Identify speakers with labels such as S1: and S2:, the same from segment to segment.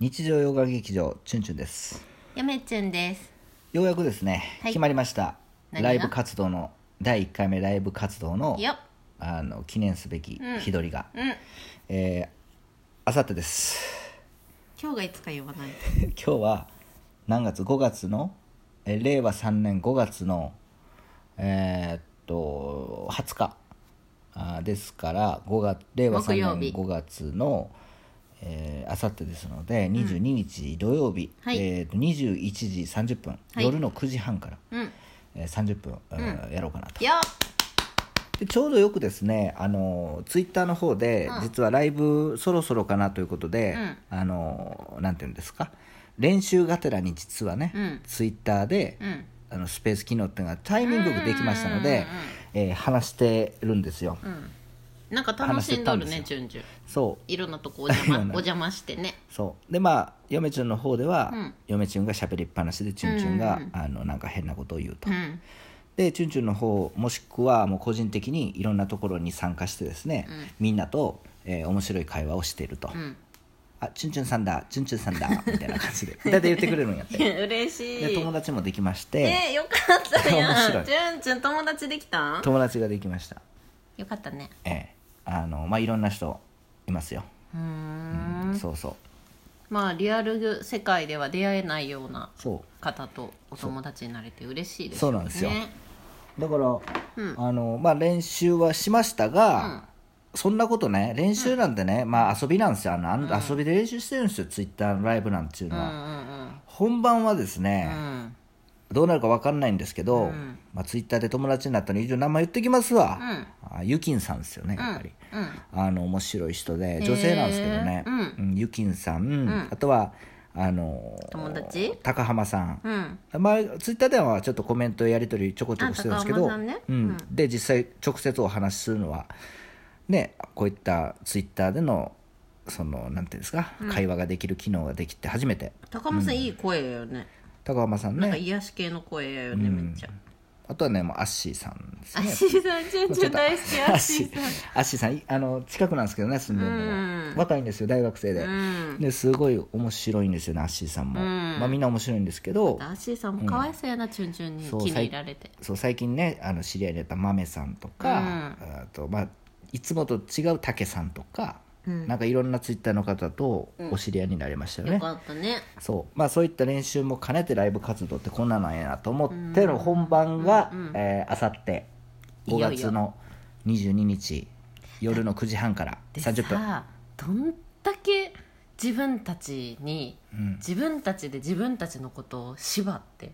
S1: 日常洋画劇場チュンチュンです
S2: やめちゅんです
S1: ようやくですね、
S2: はい
S1: 決まりました
S2: 何が
S1: ライブ活動の第1回目ライブ活動の
S2: よっ
S1: あの記念すべき日取りが、
S2: うん
S1: えーあさってです
S2: 今日がいつか言わない
S1: 今日は何月5月の、えー令和3年5月のえーっと20日あーですから5月令和
S2: 木曜
S1: 3
S2: 日
S1: 年5月のあさってですので22日土曜日、
S2: はい
S1: えーっと21時30分、
S2: はい
S1: 夜の9時半から、
S2: うん
S1: えー30分、うんやろうかなと。
S2: よっ
S1: でちょうどよくですねあのツイッターの方で、
S2: うん
S1: 実はライブそろそろかなということで、あのなんていうんですか練習がてらに実はね、
S2: うん
S1: ツイッターで、
S2: うん
S1: あのスペース機能っていうのがタイミングよくできましたので、えー話してるんですよ、
S2: なんか楽しんどる
S1: 話してたんです
S2: ね
S1: よ
S2: じゅんじゅん
S1: そう
S2: いろんなとこお邪魔お邪魔してね
S1: そうでまあ嫁ちゅんの方では、
S2: ん
S1: 嫁ちゅんが喋りっぱなしでちゅんちゅんが、
S2: うんうん
S1: あのなんか変なことを言うと、
S2: うん
S1: でチュンチュンの方もしくはもう個人的にいろんなところに参加してですね、みんなと、えー面白い会話をしていると、
S2: ん
S1: あチュンチュンさんだチュンチュンさんだみたいな感じで 大体言ってくれるんやって
S2: 嬉し
S1: で
S2: い
S1: 友達もできまして、
S2: えー、よかったや
S1: 面白い
S2: んじゅんじゅん友達できたん
S1: 友達ができました
S2: よかったね
S1: ええあのまあいろんな人いますよ、
S2: うーん
S1: そうそう
S2: まあリアル世界では出会えないような
S1: そ
S2: 方とお友達になれて嬉しいです
S1: そうなんですようだから、あのまあ練習はしましたが、そんなことね練習なんてね、まあ遊びなんですよあのあの遊びで練習してるんですよツイッターのライブなんていうのは、
S2: うんうん
S1: 本番はです
S2: う
S1: ね、
S2: ん
S1: どうなるか分かんないんですけど、
S2: うん
S1: まあ、ツイッターで友達になったので一応名前言ってきますわ、
S2: うん
S1: あゆきんさんですよねやっぱり、
S2: うんうん
S1: あの面白い人で女性なんですけどね、
S2: へー
S1: うんゆきんさん、あとはあのー
S2: 友達
S1: 高浜さん、
S2: うん
S1: 前ツイッターではちょっとコメントやり取りちょこちょこしてたんですけど、
S2: あ高浜さんね
S1: うんで実際直接お話しするのはねこういったツイッターでのそのなんていうんですか、会話ができる機能ができて初めて
S2: 高間さん、いい声やよね
S1: 高浜さん
S2: なんか
S1: ね
S2: 癒し系の声やよね、めっちゃ
S1: あとはねもうアッシーさんです
S2: ア
S1: ね
S2: ッシーさんちゅんちゅん大好きアッシーさん
S1: アッシーさんいあの近くなんですけどね住んでるのが、若いんですよ大学生で、ですごい面白いんですよねアッシーさんも、まあみんな面白いんですけど
S2: アッシーさんもかわいそうやな、チュンチュンに
S1: そう
S2: 気に入られて
S1: そう最近ねあの知り合いだったマメさんとか、あとまあいつもと違うタケさんとか、なんかいろんなツイッターの方とお知り合いになりましたよね、
S2: よかったね
S1: そうまあ、そういった練習も兼ねてライブ活動ってこんなのやなと思っての本番がえーあさって
S2: い
S1: 5
S2: よいよ
S1: 月の22日夜の9時半から
S2: でさ
S1: 30分
S2: どんだけ自分たちに、自分たちで自分たちのことを縛って、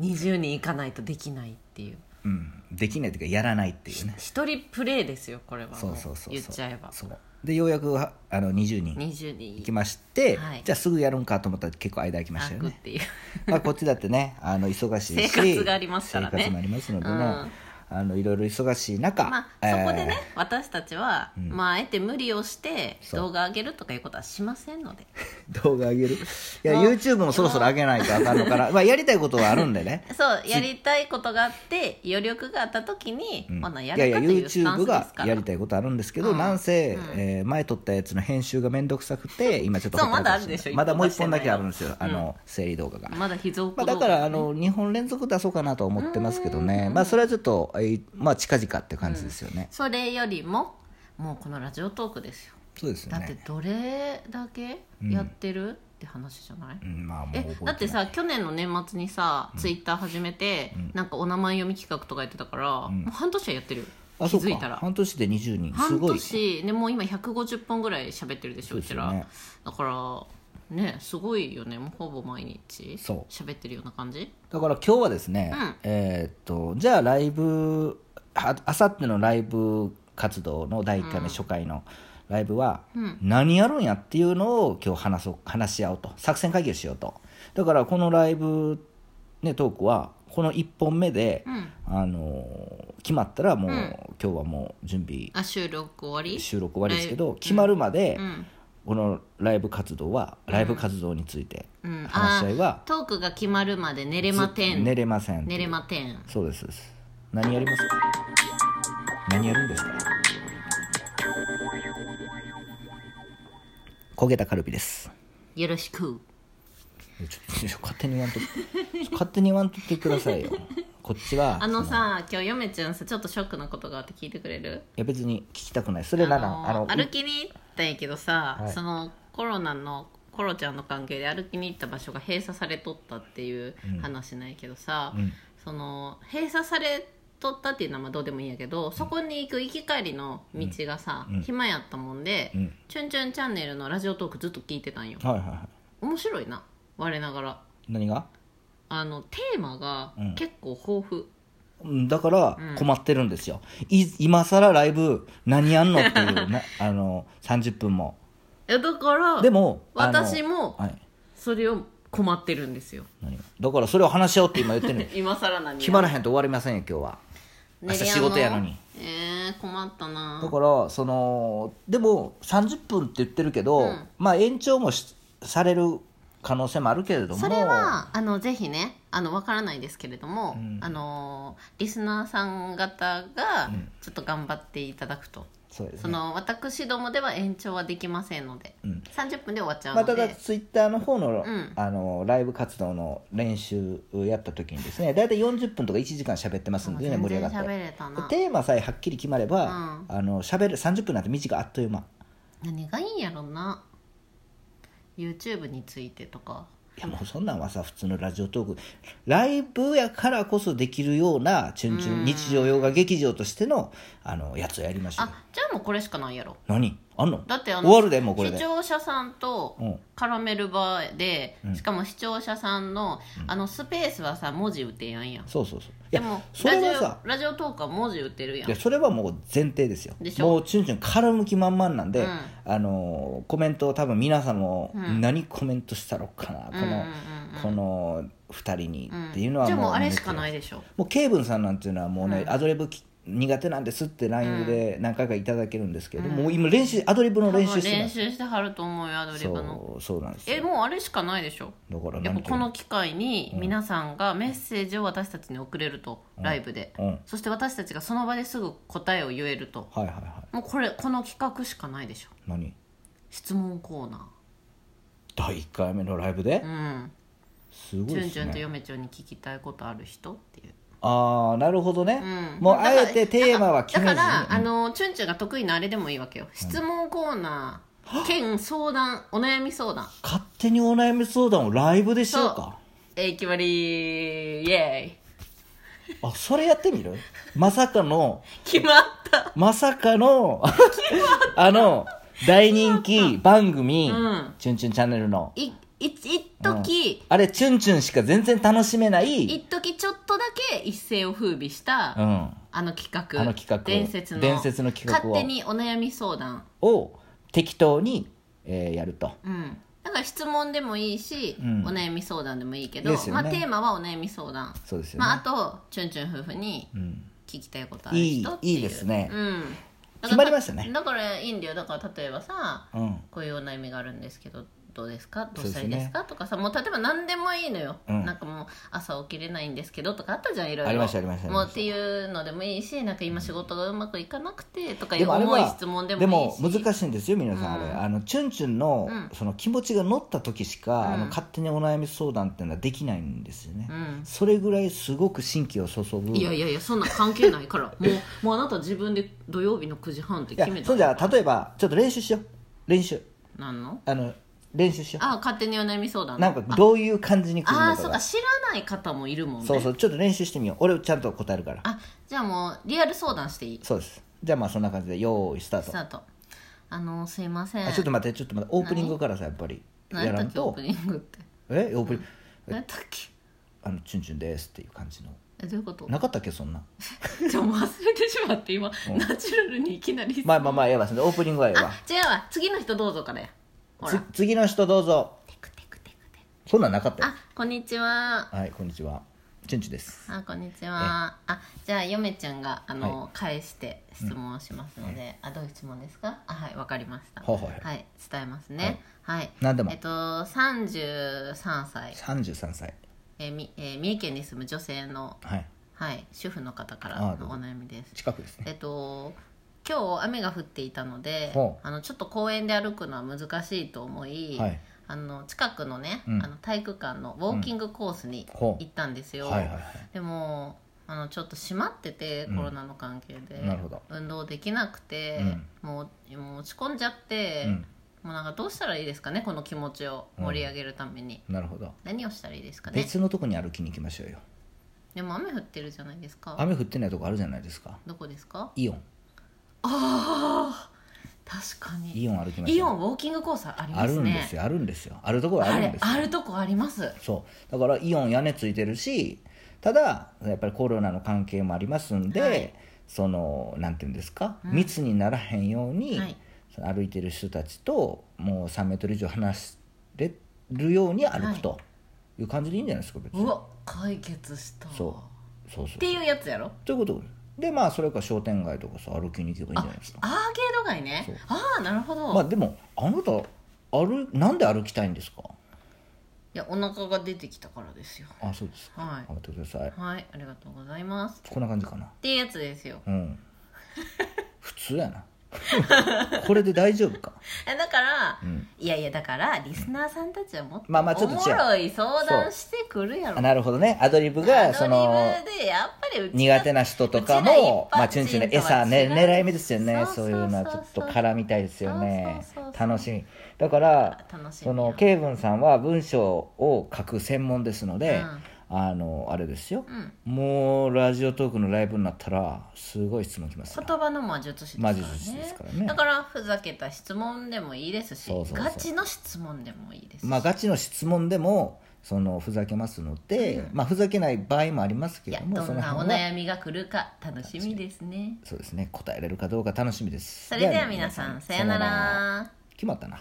S2: 20人いかないとできないっていう
S1: うん、できないというかやらないっていうね
S2: 一人プレイですよこれはもう
S1: そうそうそうそう
S2: 言っちゃえば
S1: そうでようやくはあの20人
S2: 20人
S1: 行
S2: い
S1: きまして、
S2: はい
S1: じゃあすぐやるんかと思ったら結構間空きましたよ
S2: くっ
S1: ね
S2: ていう
S1: まあこっちだってねあの忙しいし
S2: 生活がありますからね
S1: 生活もありますのでね、あのいろいろ忙しい中、
S2: まあ、
S1: え
S2: そ
S1: ー
S2: こでね、私たちは、まあ、あえて無理をして
S1: そう
S2: 動画上げるとかいうことはしませんので
S1: 動画上げるいや
S2: もう
S1: YouTube もそろそろ上げないとあかんのかな、まあ、やりたいことはあるんでね
S2: そうやりたいことがあって余力があった時に、
S1: うん
S2: まあ、ないや
S1: やいや
S2: るかというス
S1: YouTube
S2: タンスで
S1: が
S2: すから
S1: やりたいことあるんですけど、なんせ、えー前撮ったやつの編集が面倒くさく て今ちょっと
S2: そう
S1: ほったらかし
S2: まだあるでしょ
S1: まだもう
S2: 一
S1: 一本
S2: 本
S1: だ
S2: 出してない
S1: けあるんですよあの、整理動画が
S2: まだ秘蔵
S1: まあ、
S2: 庫
S1: だ
S2: 動画
S1: からあの2本連続出そうかなと思ってますけどね、まあ、それはちょっと、えーまあ、近々って感じですよね、
S2: それよりももうこのラジオトークですよ
S1: そうですよ
S2: だって
S1: ね、
S2: どれだけやってる、って話じゃない、
S1: うん、まあもう覚
S2: え
S1: えてな
S2: だ
S1: い
S2: ってさ去年の年末にさ、ツイッター始めて、なんかお名前読み企画とかやってたから、もう半年はやってるよ
S1: あ
S2: 気
S1: そうか
S2: づいたら
S1: 半年で20人す
S2: 半
S1: ごい
S2: 年でもう今150本ぐらい喋ってるでしょ
S1: そううです
S2: ち
S1: よ
S2: ら、
S1: ね
S2: だからねすごいよねもうほぼ毎日
S1: そう
S2: 喋ってるような感じ
S1: だから今日はですね、
S2: うん
S1: えーっとじゃあライブああさってのライブ活動の第1回目初回のライブは何やるんやっていうのを今日話そう話し合おうと作戦会議をしようとだからこのライブ、ね、トークはこの1本目で、あのー決まったらもう、今日はもう準備
S2: あ収録終わり
S1: 収録終わりですけど決まるまで、このライブ活動はライブ活動について
S2: うん
S1: 話し合いは、
S2: トークが決まるまで寝れまてん
S1: 寝
S2: 寝
S1: れません
S2: れまてん
S1: そうですそうです何やります何やるんですか焦げたカルビです
S2: よろしく
S1: えちょちょ勝手に言わんと勝手に言わんとってくださいよこっちは
S2: あの
S1: その
S2: さ今日嫁ちゃんさちょっとショックなことがあって聞いてくれる
S1: いや別に聞きたくないそれならあの
S2: 歩きに行ったんやけどさ、
S1: はい
S2: そのコロナのコロちゃんの関係で歩きに行った場所が閉鎖されとったっていう話なんやけどさ、
S1: うん
S2: その閉鎖されとったっていうのはまあどうでもいいんやけどそこに行く行き帰りの道がさ、
S1: うん
S2: 暇やったもんで、
S1: うん
S2: チュンチュンチャンネルのラジオトークずっと聞いてたんよ
S1: はいはいは
S2: 面白いな我ながら
S1: い何が
S2: あのテーマが
S1: うん
S2: 結構豊富、
S1: うんだから
S2: うん
S1: 困ってるんですよ、い今さらライブ何やんの っていうなあの30分も
S2: えだから
S1: でもあの
S2: 私も
S1: はい
S2: それを困ってるんですよ
S1: 何がだからそれを話し合おうって今言ってるの
S2: 今更何や
S1: 決まらへんと終わりませんよ今日は明日仕事やのに
S2: ええー、困ったな
S1: だからそのでも30分って言ってるけど、
S2: うん
S1: まあ延長もしされる可能性もあるけれども
S2: それはあのぜひねあのわからないですけれども、
S1: うん
S2: あのリスナーさん方が
S1: うん
S2: ちょっと頑張っていただくと、
S1: そうです
S2: そ
S1: ね
S2: の私どもでは延長はできませんので、
S1: うん
S2: 30分で終わっちゃう
S1: まあ、
S2: ので、
S1: ただツイッターの方の,、
S2: うん
S1: あのライブ活動の練習やった時にですね大体40分とか1時間喋ってますんでね
S2: 全
S1: 盛り上
S2: 然
S1: がって
S2: 喋れたな
S1: テーマさえはっきり決まれば、あの喋る30分なんて短いあっという間
S2: 何がいいんやろな YouTube についてとか
S1: いやもうそんなんはさ普通のラジオトークライブやからこそできるようなチュンチュン日常洋画劇場としてのあのやつをやりましょう
S2: あじゃあもうこれしかないやろ
S1: 何あんの
S2: だってあの
S1: 終わるでもうこれで
S2: 視聴者さんと
S1: うん
S2: 絡める場で、
S1: うん
S2: しかも視聴者さんの、あのスペースはさ文字打てやんやん
S1: そうそうそうい
S2: で
S1: や
S2: も
S1: そ
S2: ラ
S1: れ
S2: ジ
S1: は
S2: オ
S1: さ
S2: ラジオトークは文字打てるやん
S1: いやそれはもう前提ですよ
S2: でしょ
S1: もうチュンチュン絡む気満々なんで、
S2: うん
S1: あのーコメントを多分皆さんも
S2: うん
S1: 何コメントしたろっかな、
S2: うん
S1: こ
S2: うん
S1: の、この2人にっていうのは
S2: じゃあもう
S1: もう
S2: あれしかないいでしょ
S1: もうケイブンさんなんていうのはもうね、
S2: うん
S1: アドリブき苦手なんですって LINE で何回かいただけるんですけど、
S2: うん
S1: もう今練習アドリブ
S2: 多
S1: の
S2: 分
S1: 練習して
S2: 練
S1: ます
S2: 習してはると思うよアドリブの
S1: そうそうなんですよ
S2: えもうあれしかないでしょ
S1: だから
S2: やっ
S1: 何
S2: ぱ
S1: て
S2: この機会に皆さんがメッセージを私たちに送れると、ライブで、
S1: うんはい
S2: そして私たちがその場ですぐ答えを言えると
S1: はいは
S2: もうこれこの企画しかないでし
S1: い
S2: ょ
S1: 何
S2: 質問コーナ
S1: 第1回目のライブで
S2: ーうん
S1: すご
S2: チ
S1: い
S2: ュ
S1: で
S2: ンチ
S1: す
S2: ュンと
S1: ね
S2: 嫁ちゃんに聞きたいことある人っていう、
S1: ああなるほどね、
S2: うん
S1: もうあ
S2: だから
S1: えてテーマは決めずに
S2: だから、
S1: う
S2: あ
S1: ん
S2: のチュンチュンが得意なあれでもいいわけよ質問コーナー兼相談お悩み相談
S1: 勝手にお悩み相談をライブでしようか
S2: えー、決まりイエーイ
S1: あそれやってみるまさかの
S2: 決まった
S1: まさか のあの大人気番組
S2: うん
S1: 「チュンチュンチャンネル」の
S2: いい一時
S1: あれチュンチュンしか全然楽しめない
S2: 一時ちょっとだけ一世を風靡した、
S1: うん
S2: あの企画
S1: あの企画
S2: 伝説の
S1: 伝説の企画を
S2: 勝手にお悩み相談
S1: を適当にえーやると
S2: うんだから質問でもいいし、
S1: うん
S2: お悩み相談でもいいけど、
S1: ですよ
S2: ま
S1: ね
S2: あ、テーマはお悩み相談、
S1: そうですよ
S2: まあ、あ
S1: ね
S2: とチュンチュン夫婦に
S1: うん
S2: 聞きたいことある人っていう
S1: いいいいですね
S2: うん、だから
S1: 決まりましたね
S2: だからいいんだよだから例えばさ
S1: うん
S2: こういうお悩みがあるんですけどどうですかどうし
S1: そ
S2: たらいうい
S1: ですね
S2: ですかとかさもう例えば何でもいいのよ、
S1: うん
S2: なんかもう朝起きれないんですけどとかあったじゃんいろいろ
S1: ありましたありましたあり
S2: も
S1: ま
S2: う
S1: し
S2: ったていうのでもいいしなんか今仕事がうまくいかなくてとかい
S1: で
S2: う
S1: もあれ
S2: 重い
S1: は
S2: 質問でもい
S1: で
S2: いし
S1: も難しいんですよ皆さんあ
S2: う
S1: れ
S2: ん
S1: あのチュンチュンの
S2: うん
S1: その気持ちが乗った時し
S2: うん
S1: かあの勝手にお悩み相談っていうのはできないんですよね
S2: うん
S1: それぐらいすごく神経を注ぐ
S2: いやいやいやそんなん関係ないから もうもうあなた自分で土曜日の9時半って
S1: いや
S2: 決めた
S1: そうじゃあ例えばちょっと練習しよう練習
S2: なんの
S1: あの練習しよ
S2: あ勝手にお悩み相談
S1: う
S2: の
S1: なんかどういう感じに来る
S2: ああ
S1: の
S2: ーそ
S1: か
S2: うか
S1: が
S2: 知らない方もいるもんね
S1: そうそうちょっと練習してみよう俺ちゃんと答えるから
S2: あじゃあもうリアル相談していい
S1: そうですじゃあまあそんな感じで用意スター
S2: ス
S1: ト
S2: タートあのすいません
S1: あちょっと待ってちょっと待ってオープニングからさやっぱり
S2: 何
S1: や
S2: や
S1: ら
S2: った
S1: ん
S2: っけオー
S1: と
S2: プニングって
S1: えオープニング
S2: 何やったっけ
S1: あのチュンチュンですっていう感じの
S2: えどういうこと
S1: なかったっけそんな
S2: じゃあもう忘れてしまって今
S1: うん
S2: ナチュラルにいきなり
S1: まあまあまあええわそれでオープニングはええわ
S2: あ違うわ次の人どうぞからやほら
S1: つ次の人どうぞ
S2: テクテクテクテク
S1: そんなんなかったよ
S2: あこんにちは
S1: はいこんにちはチュンチュンです
S2: あこんにちはあじゃあ嫁ちゃんがあの、返して質問をしますので、あどういう質問ですかあはいわかりました
S1: ほうほうほう
S2: はい伝えますねはい、
S1: 何でも
S2: えっと33歳、
S1: 33歳
S2: えーみえー三重県に住む女性の
S1: はい
S2: はい主婦の方から
S1: あどうぞ
S2: のお悩みです
S1: 近くですね
S2: えっと今日雨が降っていたので
S1: ほう
S2: あのちょっと公園で歩くのは難しいと思い、
S1: はい
S2: あの近くのね、
S1: うん
S2: あの体育館のウォーキングコースに
S1: ほう
S2: 行ったんですよ、
S1: はいはいはい
S2: でもあのちょっと閉まってて
S1: うん
S2: コロナの関係で、
S1: なるほど
S2: 運動できなくて、もうもう落ち込んじゃって、
S1: うん
S2: もうなんかどうしたらいいですかねこの気持ちを盛り上げるために、
S1: なるほど
S2: 何をしたらいいですかね
S1: 別のとこに歩きに行きましょうよ
S2: でも雨降ってるじゃないですか
S1: 雨降ってないとこあるじゃないですか
S2: どこですか
S1: イオン
S2: ああ確かに
S1: イオン歩きましょう
S2: イオンウォーキングコースあり
S1: あ
S2: ま
S1: る
S2: す
S1: ん
S2: ね
S1: ですよあるんですよあるところあ
S2: あ
S1: るん
S2: れ
S1: ですよ
S2: あるとこあります
S1: そうだからイオン屋根ついてるしただやっぱりコロナの関係もありますんで、
S2: はい
S1: そのなんていうんですか、
S2: うん
S1: 密にならへんように、
S2: はい
S1: その歩いてる人たちともう3メートル以上離れるように歩くという感じでいいんじゃないですか別に
S2: うわ解決した
S1: そそうそう
S2: っていうやつやろ
S1: ということでまあそれか商店街とかさ歩きに行けばいいんじゃないですか
S2: アーケード街ね
S1: そう
S2: ああなるほど、
S1: まあ
S2: い
S1: でもあなた歩いなんで歩きたいんですか
S2: やお腹が出てきたからですよ
S1: あそうですか
S2: はい
S1: 頑張ってください
S2: はいありがとうございます
S1: こんな感じかな
S2: っていうやつですよ
S1: うん、普通やなこれで大丈夫か、
S2: えだから、
S1: うん、
S2: いやいやだからリスナーさんたちはもっと
S1: まあまあちょ
S2: お
S1: っと違う
S2: もろい相談してくるやろ
S1: あなるほどねアドリブ
S2: ア
S1: が
S2: ド
S1: そ
S2: リ
S1: の
S2: ブでやっぱりうち
S1: 苦手な人とか
S2: うちら一般
S1: も
S2: 人とは
S1: まあチュンチュンの餌ね
S2: 違う
S1: 狙い目ですよねそ
S2: そ
S1: う
S2: そうそうそう
S1: ういうのはちょっと絡みたいですよね
S2: そうそうそうそう
S1: 楽しみだから
S2: 楽しみ
S1: そのケイブンさんは文章を書く専門ですので、あのあれですよ
S2: う、んうん
S1: もうラジオトークのライブになったらすごい質問きますよ
S2: 言葉の魔術師ですから
S1: 魔
S2: ね
S1: 術師ですからね
S2: だからふざけた質問でもいいですし
S1: そうそうそう
S2: ガチの質問でもいいですし、
S1: まあ、ガチの質問でもそのふざけますので、
S2: うん
S1: まあ、ふざけない場合もありますけ
S2: い
S1: れ
S2: や
S1: ど
S2: ど
S1: もそ
S2: ん
S1: の
S2: なお
S1: 辺は
S2: 悩みが来るか楽しみですね
S1: そうですね答えれるかどうか楽しみです
S2: それでは皆さんさようなら
S1: 決まったな